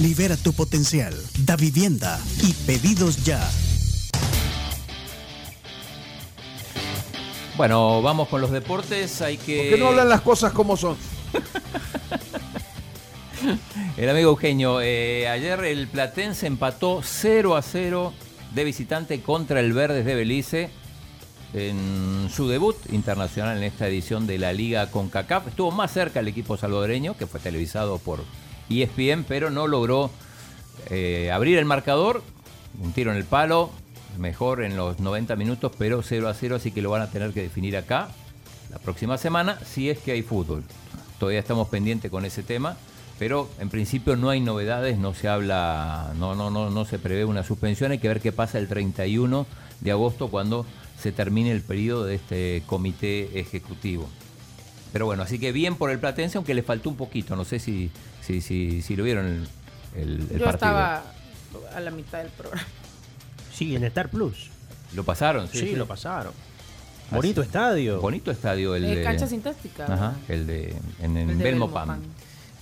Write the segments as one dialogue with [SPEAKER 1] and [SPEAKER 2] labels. [SPEAKER 1] Libera tu potencial, Da Vivienda y Pedidos Ya.
[SPEAKER 2] Bueno, vamos con los deportes. Hay que.
[SPEAKER 3] ¿Por qué no hablan las cosas como son?
[SPEAKER 2] El amigo Eugenio, eh, ayer el Platense empató 0 a 0 de visitante contra el Verdes de Belice en su debut internacional en esta edición de la Liga CONCACAF. Estuvo más cerca el equipo salvadoreño, que fue televisado por E ESPN, pero no logró eh, abrir el marcador. Un tiro en el palo, mejor en los 90 minutos, pero 0 a 0, así que lo van a tener que definir acá la próxima semana, si es que hay fútbol. Todavía estamos pendientes con ese tema, pero en principio no hay novedades, no se habla, no, no, no, no se prevé una suspensión, hay que ver qué pasa el 31 de agosto cuando se termine el periodo de este comité ejecutivo. Pero bueno, así que bien por el Platense, aunque le faltó un poquito, no sé si, si, si, si lo vieron el, el, el
[SPEAKER 4] Yo
[SPEAKER 2] partido.
[SPEAKER 4] estaba a la mitad del programa.
[SPEAKER 5] Sí, en Star Plus.
[SPEAKER 2] Lo pasaron, sí.
[SPEAKER 5] Sí, lo pasaron. Bonito estadio.
[SPEAKER 2] Bonito estadio el
[SPEAKER 4] Eh,
[SPEAKER 2] de...
[SPEAKER 4] cancha sintética.
[SPEAKER 2] Ajá, el de en, en
[SPEAKER 4] El de
[SPEAKER 2] Belmo
[SPEAKER 4] Belmo
[SPEAKER 2] Pam.
[SPEAKER 4] Pam.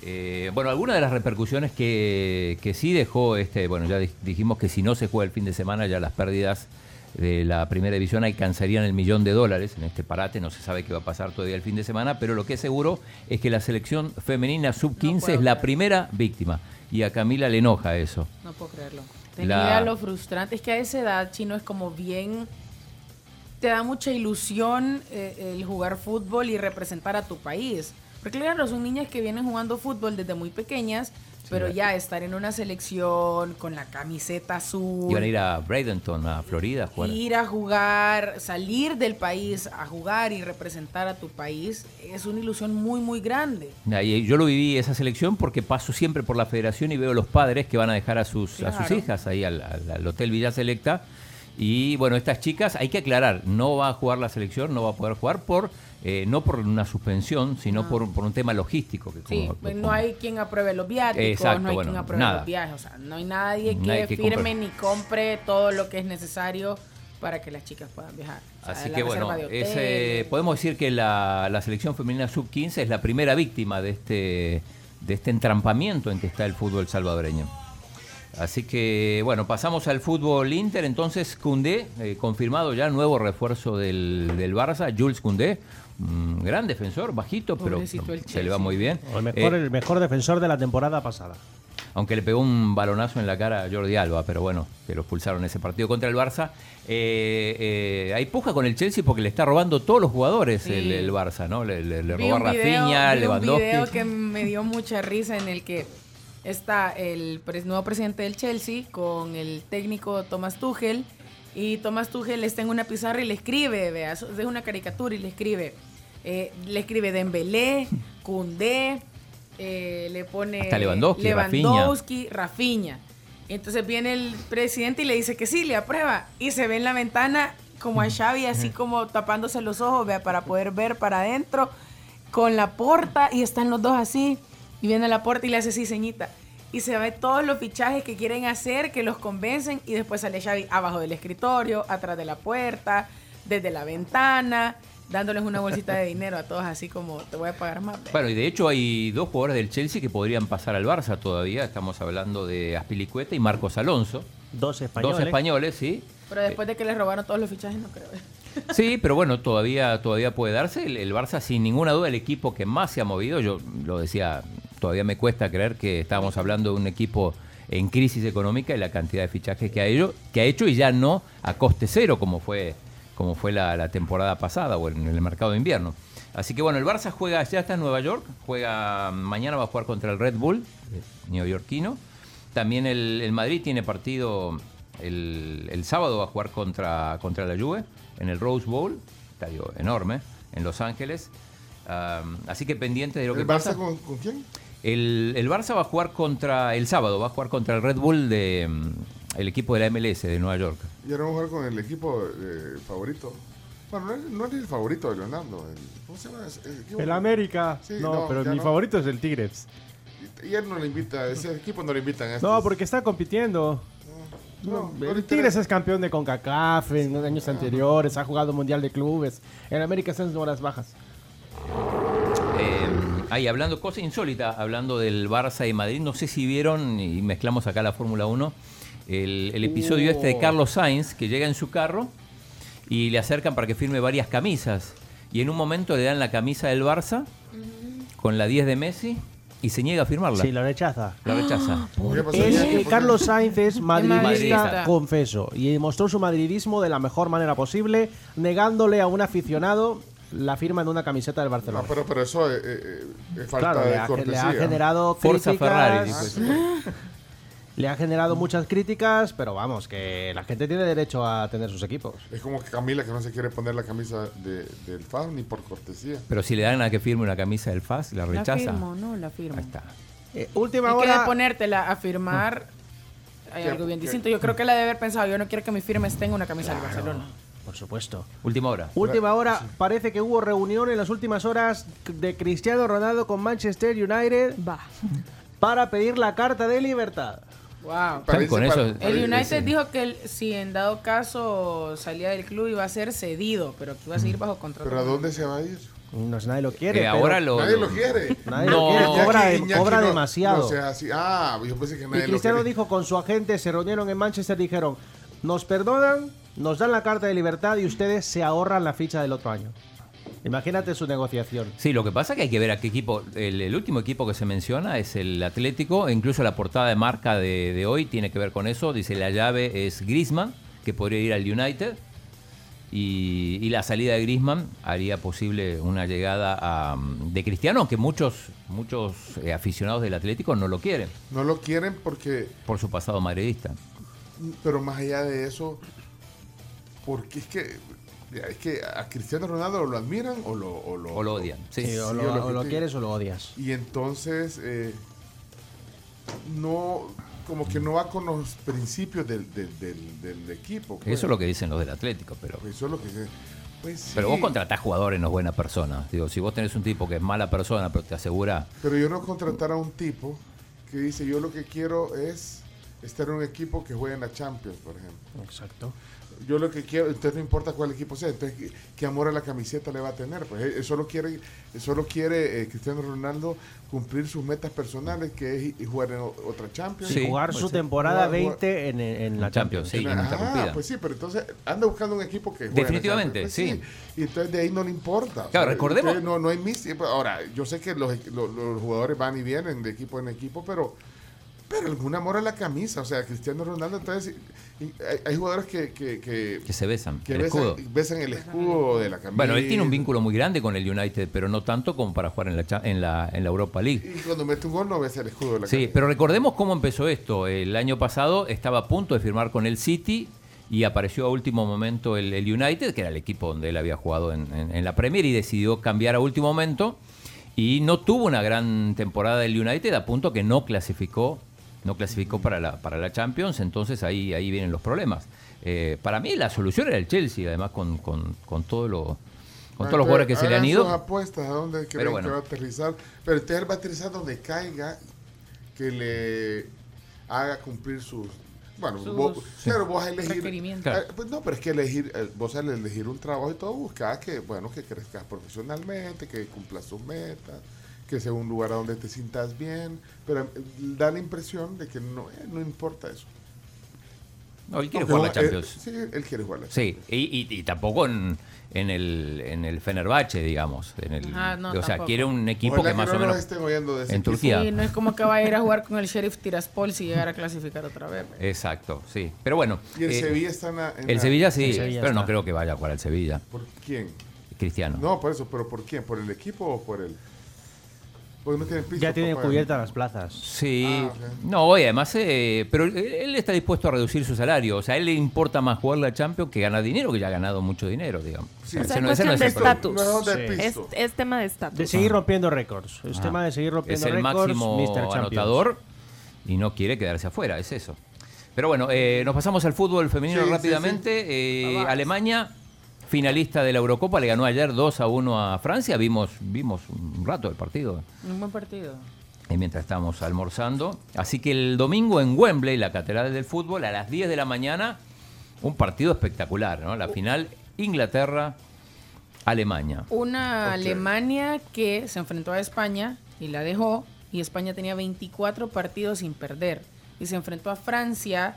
[SPEAKER 2] Eh, bueno, algunas de las repercusiones que, que sí dejó este, bueno, ya dij- dijimos que si no se juega el fin de semana ya las pérdidas de la primera división alcanzarían el millón de dólares en este parate, no se sabe qué va a pasar todavía el fin de semana, pero lo que es seguro es que la selección femenina
[SPEAKER 4] No
[SPEAKER 2] sub-15
[SPEAKER 4] puedo
[SPEAKER 2] es la
[SPEAKER 4] creer.
[SPEAKER 2] primera víctima y a Camila le enoja eso.
[SPEAKER 4] No puedo creerlo.
[SPEAKER 2] La-
[SPEAKER 4] Tenía lo frustrante. Es que a esa edad, chino, es como bien. Te da mucha ilusión eh, el jugar fútbol y representar a tu país. Porque claro, son niñas que vienen jugando fútbol desde muy pequeñas, pero ya estar en una selección con la camiseta azul.
[SPEAKER 2] Iban a ir a Bradenton, a Florida, a jugar.
[SPEAKER 4] Ir a jugar, salir del país a jugar y representar a tu país es una ilusión muy, muy grande.
[SPEAKER 2] Nah, y eh, Yo lo viví esa selección porque paso siempre por la federación y veo los padres que van a dejar a sus, a sus
[SPEAKER 4] Claro.
[SPEAKER 2] hijas ahí al, al- al Hotel Villa Selecta. Y bueno, estas chicas, hay que aclarar, no va a jugar la selección, no va a poder jugar por eh, no por una suspensión, sino por, por un tema logístico. Que
[SPEAKER 4] Ah. Sí,
[SPEAKER 2] como-
[SPEAKER 4] pues no hay quien apruebe los viáticos,
[SPEAKER 2] Exacto,
[SPEAKER 4] no hay
[SPEAKER 2] bueno,
[SPEAKER 4] quien apruebe
[SPEAKER 2] nada.
[SPEAKER 4] los viajes, o sea, no hay nadie que,
[SPEAKER 2] Nadie que
[SPEAKER 4] firme
[SPEAKER 2] compre.
[SPEAKER 4] ni compre todo lo que es necesario para que las chicas puedan viajar. O sea,
[SPEAKER 2] Así
[SPEAKER 4] la
[SPEAKER 2] que bueno,
[SPEAKER 4] reserva de hotel,
[SPEAKER 2] es, eh, podemos decir que la, la selección femenina sub-15 es la primera víctima de este, de este entrampamiento en que está el fútbol salvadoreño. Así que bueno, pasamos al fútbol Inter. Entonces, Cundé, confirmado ya nuevo refuerzo del, del Barça, Jules Cundé, mm, gran defensor, bajito, pero
[SPEAKER 4] Pobrecito
[SPEAKER 2] pero
[SPEAKER 4] el
[SPEAKER 2] se le va
[SPEAKER 4] Chelsea.
[SPEAKER 2] muy bien.
[SPEAKER 5] O el mejor,
[SPEAKER 2] Eh,
[SPEAKER 5] el mejor defensor de la temporada pasada.
[SPEAKER 2] aunque le pegó un balonazo en la cara a Jordi Alba, pero bueno, que lo expulsaron en ese partido contra el Barça. Eh, eh, hay puja con el Chelsea porque le está robando todos los jugadores
[SPEAKER 4] Sí.
[SPEAKER 2] el, el Barça, ¿no? Le, le- le
[SPEAKER 4] Vi
[SPEAKER 2] robó a
[SPEAKER 4] un video-
[SPEAKER 2] Rafinha,
[SPEAKER 4] vi
[SPEAKER 2] Lewandowski.
[SPEAKER 4] Un video que me dio mucha risa en el que está el pres- nuevo presidente del Chelsea con el técnico Thomas Tuchel y Thomas Tuchel está en una pizarra y le escribe, vea, es es una caricatura y le escribe, eh, le escribe Dembélé, Koundé, eh, le pone
[SPEAKER 2] Hasta Lewandowski,
[SPEAKER 4] Lewandowski, Rafinha. Entonces viene el presidente y le dice que sí, le aprueba. Y se ve en la ventana como a Xavi, así como tapándose los ojos, vea, para poder ver para adentro, con la porta, y están los dos así. Y viene la porta y le hace así, ceñita. Y se ve todos los fichajes que quieren hacer, que los convencen, y después sale Xavi abajo del escritorio, atrás de la puerta, desde la ventana, dándoles una bolsita de dinero a todos, así como te voy a pagar más. vea".
[SPEAKER 2] Bueno, y de hecho hay dos jugadores del Chelsea que podrían pasar al Barça todavía. Estamos hablando de Aspilicueta y Marcos Alonso.
[SPEAKER 5] Dos españoles.
[SPEAKER 2] Dos españoles, sí.
[SPEAKER 4] Pero después de que les robaron todos los fichajes, no creo.
[SPEAKER 2] Sí, pero bueno, todavía, todavía puede darse. El, el Barça, sin ninguna duda, el equipo que más se ha movido. Yo lo decía, todavía me cuesta creer que estábamos hablando de un equipo en crisis económica y la cantidad de fichajes que ha hecho, que ha hecho y ya no a coste cero como fue, como fue la, la temporada pasada o en el mercado de invierno. Así que bueno, el Barça juega, ya está en Nueva York, juega mañana va a jugar contra el Red Bull, eh, neoyorquino. También el, el Madrid tiene partido el, el sábado va a jugar contra, contra la Juve en el Rose Bowl, estadio enorme, en Los Ángeles. Am, así que pendiente de lo que
[SPEAKER 3] ¿El
[SPEAKER 2] pasa.
[SPEAKER 3] Barça con, con quién?
[SPEAKER 2] El, el Barça va a jugar contra, el sábado, va a jugar contra el Red Bull de mm, el equipo de la MLS de Nueva York.
[SPEAKER 3] Y ahora vamos a jugar con el equipo eh, favorito. Bueno, no es, no es el favorito de Leonardo. el- ¿Cómo se llama? ese- ese equipo?
[SPEAKER 6] El América.
[SPEAKER 3] Sí,
[SPEAKER 6] no,
[SPEAKER 3] no,
[SPEAKER 6] pero
[SPEAKER 3] ya
[SPEAKER 6] mi
[SPEAKER 3] no.
[SPEAKER 6] favorito es el Tigres.
[SPEAKER 3] Y, y él no le invita, ese equipo no le invitan a estos.
[SPEAKER 6] No, porque está compitiendo.
[SPEAKER 3] No, no le
[SPEAKER 6] el Tigres
[SPEAKER 3] interesa.
[SPEAKER 6] es campeón de CONCACAF en los años anteriores, ha jugado Mundial de Clubes. En América está en horas bajas.
[SPEAKER 2] Eh, ahí hablando cosa insólita, hablando del Barça y Madrid, no sé si vieron, y mezclamos acá la Fórmula 1, el, el episodio este de Carlos Sainz, que llega en su carro y le acercan para que firme varias camisas. Y en un momento le dan la camisa del Barça con la 10 de Messi y se niega a firmarla.
[SPEAKER 5] Sí, lo rechaza.
[SPEAKER 2] La rechaza.
[SPEAKER 4] Ah.
[SPEAKER 3] ¿Qué pasó?
[SPEAKER 5] Es-
[SPEAKER 3] ¿Qué- qué- por qué?
[SPEAKER 5] Carlos Sainz es madridista,
[SPEAKER 2] Madridista.
[SPEAKER 5] confeso, y mostró su madridismo de la mejor manera posible, negándole a un aficionado la firma de una camiseta del
[SPEAKER 3] No,
[SPEAKER 5] Barcelona.
[SPEAKER 3] pero, pero eso eh, eh, eh, es falta
[SPEAKER 5] Claro, le ha,
[SPEAKER 3] de
[SPEAKER 5] le ha
[SPEAKER 3] cortesía.
[SPEAKER 5] generado
[SPEAKER 2] Forza
[SPEAKER 5] críticas,
[SPEAKER 2] Ferrari,
[SPEAKER 3] Ah,
[SPEAKER 2] dijo
[SPEAKER 3] sí.
[SPEAKER 5] le ha generado muchas críticas, pero vamos, que la gente tiene derecho a tener sus equipos.
[SPEAKER 3] Es como que Camila que no se quiere poner la camisa de, del fan ni por cortesía.
[SPEAKER 2] Pero si le dan a que firme una camisa del FAS, la
[SPEAKER 4] La
[SPEAKER 2] rechaza.
[SPEAKER 4] firmo, no, la firmo.
[SPEAKER 2] Ahí está.
[SPEAKER 5] Eh, última
[SPEAKER 4] Y que de
[SPEAKER 5] hora.
[SPEAKER 4] ponértela a firmar hay
[SPEAKER 3] ¿Qué-
[SPEAKER 4] algo bien
[SPEAKER 3] qué-
[SPEAKER 4] distinto. Yo creo que la de haber pensado, yo no quiero que mi firma esté en una camisa del Barcelona.
[SPEAKER 5] Por supuesto.
[SPEAKER 2] Última hora.
[SPEAKER 5] Última hora, parece que hubo reunión en las últimas horas de Cristiano Ronaldo con Manchester United
[SPEAKER 4] Va.
[SPEAKER 5] para pedir la carta de libertad.
[SPEAKER 4] Wow.
[SPEAKER 3] Para
[SPEAKER 2] Están
[SPEAKER 3] irse
[SPEAKER 2] con
[SPEAKER 3] para-
[SPEAKER 2] eso.
[SPEAKER 3] para
[SPEAKER 4] El
[SPEAKER 3] irse.
[SPEAKER 4] United dijo que el- si en dado caso salía del club iba a ser cedido, pero que iba a seguir bajo contrato.
[SPEAKER 3] ¿Pero a dónde se va a ir?
[SPEAKER 5] No, nadie lo
[SPEAKER 2] Eh,
[SPEAKER 5] quiere. pero-
[SPEAKER 2] ahora lo.
[SPEAKER 3] Nadie lo quiere.
[SPEAKER 5] Nadie
[SPEAKER 2] No.
[SPEAKER 5] lo quiere.
[SPEAKER 3] Iñaki-
[SPEAKER 5] Cobra,
[SPEAKER 3] Iñaki
[SPEAKER 5] cobra
[SPEAKER 3] no-
[SPEAKER 5] demasiado.
[SPEAKER 3] no sea así. Ah, yo pensé que nadie
[SPEAKER 5] y
[SPEAKER 3] lo
[SPEAKER 5] Cristiano
[SPEAKER 3] quería.
[SPEAKER 5] dijo con su agente, se reunieron en Manchester, dijeron, nos perdonan, nos dan la carta de libertad y ustedes se ahorran la ficha del otro año. Imagínate su negociación.
[SPEAKER 2] Sí, lo que pasa es que hay que ver a qué equipo. El, el último equipo que se menciona es el Atlético. e Incluso la portada de marca de, de hoy tiene que ver con eso. Dice la llave es Griezmann, que podría ir al United. Y, y la salida de Griezmann haría posible una llegada a, de Cristiano, que muchos, muchos eh, aficionados del Atlético no lo quieren
[SPEAKER 3] No lo quieren porque,
[SPEAKER 2] por su pasado madridista.
[SPEAKER 3] pero más allá de eso, porque es que, mira, es que a Cristiano Ronaldo o lo admiran o lo, o lo,
[SPEAKER 2] O lo odian. Sí.
[SPEAKER 5] Sí, Eh, o
[SPEAKER 3] sí,
[SPEAKER 5] lo,
[SPEAKER 3] yo lo
[SPEAKER 5] o
[SPEAKER 3] que
[SPEAKER 5] lo
[SPEAKER 3] te-
[SPEAKER 5] quieres o lo odias.
[SPEAKER 3] Y entonces, eh, no, como que no va con los principios del, del, del, del equipo. pues.
[SPEAKER 2] Eso es lo que dicen los del Atlético, pero.
[SPEAKER 3] Eso es lo que... Pues sí.
[SPEAKER 2] Pero vos contratás jugadores, no es buena persona. Digo, si vos tenés un tipo que es mala persona, pero te asegura
[SPEAKER 3] Pero yo no contratar a un tipo que dice, yo lo que quiero es estar en un equipo que juegue en la Champions, por ejemplo.
[SPEAKER 5] Exacto.
[SPEAKER 3] Yo lo que quiero, entonces no importa cuál equipo sea, entonces qué, qué amor a la camiseta le va a tener. Pues él, él solo quiere, él solo quiere eh, Cristiano Ronaldo cumplir sus metas personales, que es i- i- jugar en o- otra Champions.
[SPEAKER 2] Sí.
[SPEAKER 5] y jugar su
[SPEAKER 2] pues sí.
[SPEAKER 5] temporada
[SPEAKER 3] Jugar- jugar-
[SPEAKER 5] 20 en, en- en la
[SPEAKER 2] Champions,
[SPEAKER 5] Champions.
[SPEAKER 2] sí,
[SPEAKER 3] Ah,
[SPEAKER 2] ininterrumpida.
[SPEAKER 3] pues sí, pero entonces anda buscando un equipo que juegue en la
[SPEAKER 2] Definitivamente,
[SPEAKER 3] Champions. Pues Y entonces de ahí no le importa. O
[SPEAKER 2] Claro,
[SPEAKER 3] sea,
[SPEAKER 2] recordemos-
[SPEAKER 3] entonces No, no hay mística. Ahora, yo sé que los, los- los jugadores van y vienen de equipo en equipo, pero pero algún amor a la camisa. O sea, Cristiano Ronaldo, entonces y- y hay, hay jugadores que, que, que,
[SPEAKER 2] que se besan.
[SPEAKER 3] que
[SPEAKER 2] el escudo.
[SPEAKER 3] besan, besan el escudo de la camisa.
[SPEAKER 2] Bueno, él tiene un vínculo muy grande con el United, pero no tanto como para jugar en la, cha- en la, en la Europa League.
[SPEAKER 3] Y cuando mete un gol no ves el escudo de la
[SPEAKER 2] Sí,
[SPEAKER 3] camisa.
[SPEAKER 2] pero recordemos cómo empezó esto. El año pasado estaba a punto de firmar con el City y apareció a último momento el, el United, que era el equipo donde él había jugado en, en- en la Premier, y decidió cambiar a último momento. Y no tuvo una gran temporada del United, a punto que no clasificó, no
[SPEAKER 3] Mm.
[SPEAKER 2] clasificó para la, para la Champions, entonces ahí, ahí vienen los problemas. Eh, para mí la solución era el Chelsea, además con, con, con todo lo, con todos los jugadores que se le han
[SPEAKER 3] Hagan
[SPEAKER 2] ido.
[SPEAKER 3] sus apuestas a dónde creen
[SPEAKER 2] bueno.
[SPEAKER 3] que va a aterrizar. Pero entonces él va a aterrizar donde caiga, que le haga cumplir sus. Bueno,
[SPEAKER 4] Sus
[SPEAKER 3] vos, claro, vos elegir.
[SPEAKER 4] requerimientos.
[SPEAKER 2] Claro.
[SPEAKER 3] Ah, pues no, pero es que elegir, eh, vos al elegir un trabajo y todo, buscás que, bueno, que crezcas profesionalmente, que cumplas tus metas, que sea un lugar a donde te sientas bien. Pero eh, da la impresión de que no, eh, no importa eso.
[SPEAKER 2] No, él quiere
[SPEAKER 3] Aunque
[SPEAKER 2] jugar la
[SPEAKER 3] vos-
[SPEAKER 2] Champions.
[SPEAKER 3] eh, sí, él quiere jugar la
[SPEAKER 2] Sí, y, y- y tampoco en, en el, en el Fenerbahce, digamos. En el,
[SPEAKER 4] Ajá, no,
[SPEAKER 2] o sea,
[SPEAKER 4] tampoco.
[SPEAKER 2] quiere un equipo
[SPEAKER 3] Ojalá
[SPEAKER 2] que más
[SPEAKER 3] no
[SPEAKER 2] o
[SPEAKER 3] nos
[SPEAKER 2] menos...
[SPEAKER 3] estén oyendo de ese
[SPEAKER 2] en
[SPEAKER 3] equipo.
[SPEAKER 2] Turquía.
[SPEAKER 4] Sí, no es como que va a ir a jugar con el Sheriff Tiraspol si llegara a clasificar otra vez. ¿ve?
[SPEAKER 2] Exacto, sí. Pero bueno.
[SPEAKER 3] Y el
[SPEAKER 2] eh,
[SPEAKER 3] Sevilla está en la- en
[SPEAKER 2] el
[SPEAKER 3] la-
[SPEAKER 2] Sevilla sí,
[SPEAKER 5] el Sevilla
[SPEAKER 2] pero no
[SPEAKER 5] está.
[SPEAKER 2] creo que vaya a jugar al Sevilla,
[SPEAKER 3] ¿Por quién?
[SPEAKER 2] Cristiano.
[SPEAKER 3] No, por eso, pero ¿por quién? ¿Por el equipo o por él? Porque no tienen piso.
[SPEAKER 5] Ya tienen
[SPEAKER 3] papá.
[SPEAKER 5] cubiertas las plazas.
[SPEAKER 2] Sí,
[SPEAKER 3] Ah, ok.
[SPEAKER 2] no, y además, eh, pero él está dispuesto a reducir su salario. O sea, a él le importa más jugar la Champions que ganar dinero, que ya ha ganado mucho dinero, digamos.
[SPEAKER 3] Sí.
[SPEAKER 2] O sea,
[SPEAKER 3] O sea,
[SPEAKER 2] ese no- ese
[SPEAKER 7] cuestión
[SPEAKER 2] no es el
[SPEAKER 7] de
[SPEAKER 2] problema.
[SPEAKER 7] estatus.
[SPEAKER 3] No es onda de
[SPEAKER 5] Sí.
[SPEAKER 7] Es,
[SPEAKER 3] piso.
[SPEAKER 7] es tema de estatus.
[SPEAKER 5] De seguir rompiendo récords. Es tema de seguir
[SPEAKER 2] Ah. es
[SPEAKER 5] rompiendo
[SPEAKER 2] el
[SPEAKER 5] récords.
[SPEAKER 2] máximo
[SPEAKER 5] Mr. Champions.
[SPEAKER 2] anotador y no quiere quedarse afuera, es eso. Pero bueno, eh, nos pasamos al fútbol femenino
[SPEAKER 3] Sí, sí,
[SPEAKER 2] rápidamente. Eh, Alemania, finalista de la Eurocopa, le ganó ayer 2 a 1 a Francia. Vimos, vimos un rato el partido
[SPEAKER 4] Un buen partido.
[SPEAKER 2] eh, mientras estábamos almorzando. Así que el domingo en Wembley, la Catedral del Fútbol, a las 10 de la mañana, un partido espectacular, ¿no? La final Inglaterra-Alemania.
[SPEAKER 4] Una Alemania que se enfrentó a España y la dejó, y España tenía 24 partidos sin perder. Y se enfrentó a Francia,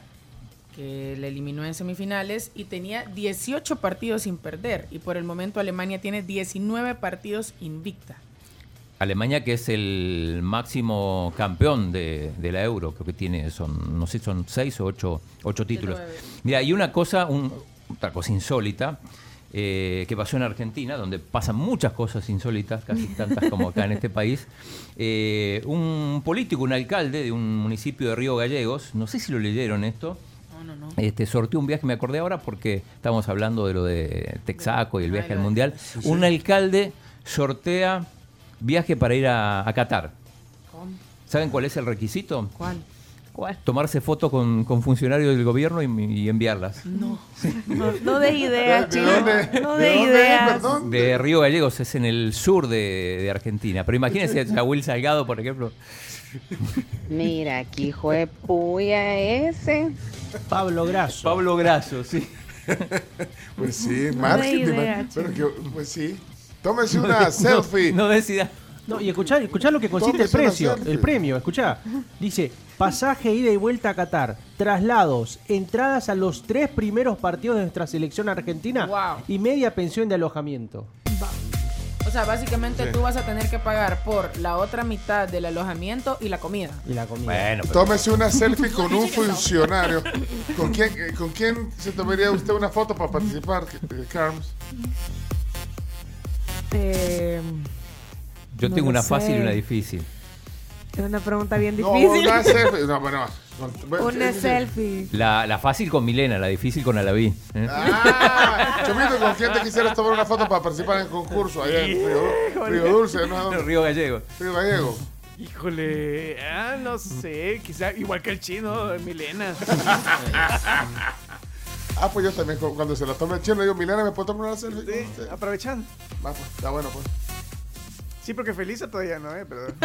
[SPEAKER 4] que la eliminó en semifinales, y tenía 18 partidos sin perder. Y por el momento Alemania tiene 19 partidos invicta.
[SPEAKER 2] Alemania que es el máximo campeón de, de la Euro, creo que tiene, son, no sé, son seis o ocho, ocho títulos.
[SPEAKER 4] nueve.
[SPEAKER 2] Mira, y una cosa, un- otra cosa insólita, eh, que pasó en Argentina, donde pasan muchas cosas insólitas, casi tantas como acá en este país. Eh, un político, un alcalde de un municipio de Río Gallegos, no sé si lo leyeron esto, este, sorteó un viaje, me acordé ahora porque estamos hablando de lo de Texaco y el viaje
[SPEAKER 4] Ah,
[SPEAKER 2] al
[SPEAKER 4] lo de-
[SPEAKER 2] Mundial. Un alcalde sortea viaje para ir a, a Qatar. ¿Saben cuál es el requisito?
[SPEAKER 4] ¿Cuál?
[SPEAKER 7] ¿Cuál?
[SPEAKER 2] Tomarse fotos con, con funcionarios del gobierno y, y enviarlas.
[SPEAKER 7] No, no de ideas,
[SPEAKER 3] ¿De
[SPEAKER 7] chino.
[SPEAKER 3] dónde?
[SPEAKER 7] No
[SPEAKER 3] ¿De
[SPEAKER 7] de
[SPEAKER 3] dónde?
[SPEAKER 7] ideas.
[SPEAKER 3] Perdón.
[SPEAKER 2] De Río Gallegos, es en el sur de, de Argentina. Pero imagínense a Will Salgado, por ejemplo.
[SPEAKER 8] Mira, aquí hijo de puya ese.
[SPEAKER 5] Pablo Grasso.
[SPEAKER 2] Pablo Grasso, sí.
[SPEAKER 3] Pues sí,
[SPEAKER 7] No
[SPEAKER 3] marketing.
[SPEAKER 7] hay idea,
[SPEAKER 3] pero que, pues sí. Tómese una selfie.
[SPEAKER 2] No decida.
[SPEAKER 5] No, y escuchar lo que consiste el
[SPEAKER 3] Tomes una
[SPEAKER 5] precio,
[SPEAKER 3] selfie.
[SPEAKER 5] el premio, escuchá. Dice, pasaje, ida y vuelta a Qatar, traslados, entradas a los tres primeros partidos de nuestra selección argentina
[SPEAKER 4] Wow.
[SPEAKER 5] y media pensión de alojamiento.
[SPEAKER 4] O sea, básicamente tú vas a tener que pagar por la otra mitad del alojamiento y la comida.
[SPEAKER 5] Y la comida.
[SPEAKER 2] Bueno, pero-
[SPEAKER 3] Tómese una selfie con un funcionario. ¿Con quién, eh, ¿Con quién se tomaría usted una foto para participar, eh, Carms?
[SPEAKER 7] Eh,
[SPEAKER 2] yo
[SPEAKER 7] no
[SPEAKER 2] tengo
[SPEAKER 7] lo
[SPEAKER 2] una fácil y
[SPEAKER 7] sé.
[SPEAKER 2] una difícil.
[SPEAKER 7] es una pregunta bien
[SPEAKER 3] No,
[SPEAKER 7] difícil.
[SPEAKER 3] una selfie. No, bueno. bueno,
[SPEAKER 7] una
[SPEAKER 3] sí, sí, sí.
[SPEAKER 7] selfie.
[SPEAKER 2] La, la fácil con Milena, la difícil con Alaví. ¿eh?
[SPEAKER 3] Ah, Chomito, ¿con quién te quisieras tomar una foto para participar en el concurso? Allá en Río, Río Dulce, ¿no?
[SPEAKER 2] Río Gallegos.
[SPEAKER 3] Río Gallego.
[SPEAKER 9] Híjole, ah, no sé, quizá igual que el chino, Milena.
[SPEAKER 3] Ah, pues yo también, cu- cuando se la tome el chino, le digo, Milena, ¿me puedo tomar una selfie?
[SPEAKER 9] Sí,
[SPEAKER 3] Sí.
[SPEAKER 9] aprovechando.
[SPEAKER 3] Va, pues, está bueno, pues.
[SPEAKER 9] Sí, porque Felisa todavía no, eh, pero.
[SPEAKER 7] Ey,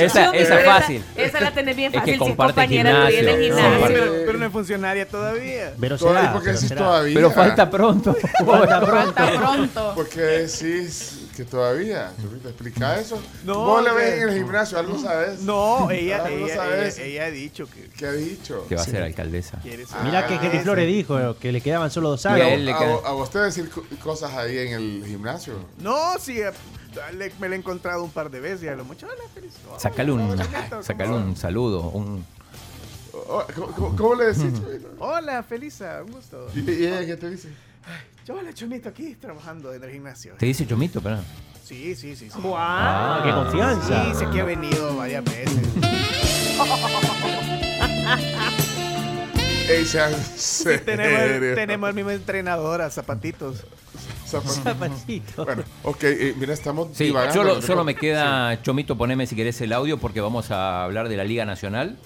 [SPEAKER 2] Esa-
[SPEAKER 7] Chumi,
[SPEAKER 2] esa
[SPEAKER 7] pero
[SPEAKER 2] fácil.
[SPEAKER 7] Esa la tenés bien
[SPEAKER 2] Es que
[SPEAKER 7] fácil. si es
[SPEAKER 2] comparte
[SPEAKER 7] compañera tuya en el
[SPEAKER 2] gimnasio. No,
[SPEAKER 7] gimnasio.
[SPEAKER 9] pero, pero no es funcionaria todavía.
[SPEAKER 5] Pero
[SPEAKER 3] Todavía,
[SPEAKER 5] será,
[SPEAKER 3] ¿Por qué
[SPEAKER 5] pero
[SPEAKER 3] decís
[SPEAKER 5] será.
[SPEAKER 3] todavía?
[SPEAKER 2] Pero falta pronto.
[SPEAKER 5] Falta pronto.
[SPEAKER 4] Falta pronto.
[SPEAKER 3] ¿Por qué decís que todavía? Chomito, explica eso.
[SPEAKER 9] No,
[SPEAKER 3] Vos le
[SPEAKER 9] que-
[SPEAKER 3] ves en el gimnasio, algo sabes.
[SPEAKER 9] No, ella,
[SPEAKER 3] Ah, no
[SPEAKER 9] ella,
[SPEAKER 3] sabes.
[SPEAKER 9] ella, ella ha dicho que
[SPEAKER 3] ¿Qué ha dicho?
[SPEAKER 2] Que va a ser alcaldesa.
[SPEAKER 9] quiere ser.
[SPEAKER 5] Mirá que Henry Flores dijo que le quedaban solo dos
[SPEAKER 2] Y a
[SPEAKER 5] años.
[SPEAKER 2] él le
[SPEAKER 3] a,
[SPEAKER 2] queda-
[SPEAKER 3] vo- a vos te decir co- cosas ahí en el gimnasio.
[SPEAKER 9] No, sí, eh, le- me la he encontrado un par de veces y a lo mucho. Hola, Felisa. Hola,
[SPEAKER 2] Sacale un,
[SPEAKER 9] hola, Chomito,
[SPEAKER 2] sacale
[SPEAKER 9] ¿cómo
[SPEAKER 2] un saludo. Un,
[SPEAKER 3] Oh, oh, ¿Cómo, cómo- cómo le decís, Chomito?
[SPEAKER 9] va? Hola, Felisa, un gusto.
[SPEAKER 3] ¿Y, y ella qué te dice?
[SPEAKER 9] Yo, hola, Chonito, aquí trabajando en el gimnasio.
[SPEAKER 2] te dice Chomito, pero
[SPEAKER 9] Sí, sí, sí. sí.
[SPEAKER 5] Ah, qué confianza.
[SPEAKER 9] Sí, sé que ha venido varias veces.
[SPEAKER 3] Ella,
[SPEAKER 9] tenemos, el, tenemos el mismo entrenador a zapatitos.
[SPEAKER 5] Zapatito.
[SPEAKER 3] Bueno, ok, eh, mira, estamos
[SPEAKER 2] Sí,
[SPEAKER 3] divagando.
[SPEAKER 2] solo,
[SPEAKER 3] Lo que-
[SPEAKER 2] solo me queda, Chomito, poneme si querés el audio porque vamos a hablar de la Liga Nacional.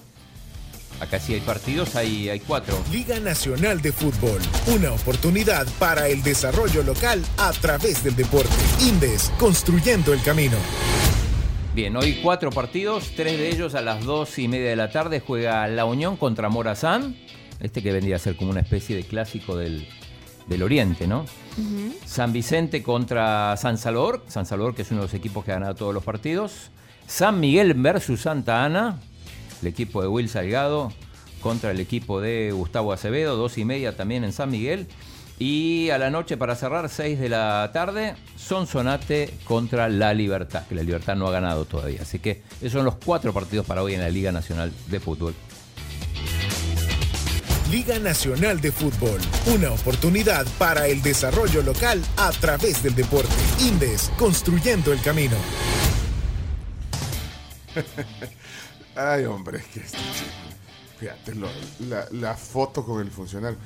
[SPEAKER 2] Acá sí hay partidos, hay, hay cuatro.
[SPEAKER 10] Liga Nacional de Fútbol, una oportunidad para el desarrollo local a través del deporte. Indes, construyendo el camino.
[SPEAKER 2] Bien, hoy cuatro partidos, tres de ellos a las dos y media de la tarde juega La Unión contra Morazán, este que vendría a ser como una especie de clásico del, del Oriente, ¿no? San Vicente contra San Salvador, San Salvador que es uno de los equipos que ha ganado todos los partidos. San Miguel versus Santa Ana, el equipo de Will Salgado contra el equipo de Gustavo Acevedo, dos y media también en San Miguel. Y a la noche para cerrar, 6 de la tarde, Sonsonate contra La Libertad, que La Libertad no ha ganado todavía. Así que esos son los cuatro partidos para hoy en la Liga Nacional de Fútbol.
[SPEAKER 10] Liga Nacional de Fútbol, una oportunidad para el desarrollo local a través del deporte. Indes, construyendo el camino.
[SPEAKER 3] Ay, hombre, es que este chico. Fíjate, lo- la, la foto con el funcionario.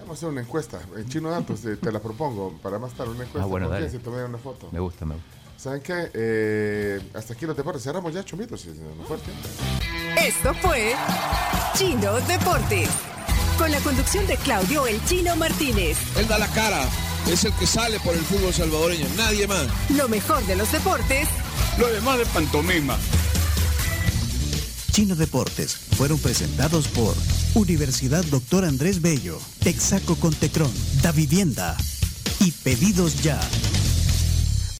[SPEAKER 3] Vamos a hacer una encuesta. En Chino Datos eh, te, te la propongo para más tarde una encuesta.
[SPEAKER 2] Ah, bueno,
[SPEAKER 3] ¿Por qué
[SPEAKER 2] dale.
[SPEAKER 3] se tomaron una foto?
[SPEAKER 2] Me gusta, me gusta.
[SPEAKER 3] ¿Saben qué? Eh, hasta aquí los deportes. Cerramos ya, chumitos. Si no nos fue el tiempo.
[SPEAKER 11] Esto fue Chino Deportes. Con la conducción de Claudio El Chino Martínez.
[SPEAKER 12] Él da la cara, es el que sale por el fútbol salvadoreño, nadie más.
[SPEAKER 11] Lo mejor de los deportes.
[SPEAKER 12] Lo demás de pantomima.
[SPEAKER 1] Chino Deportes fueron presentados por Universidad Doctor Andrés Bello, Texaco Contecron, Da Vivienda y Pedidos Ya.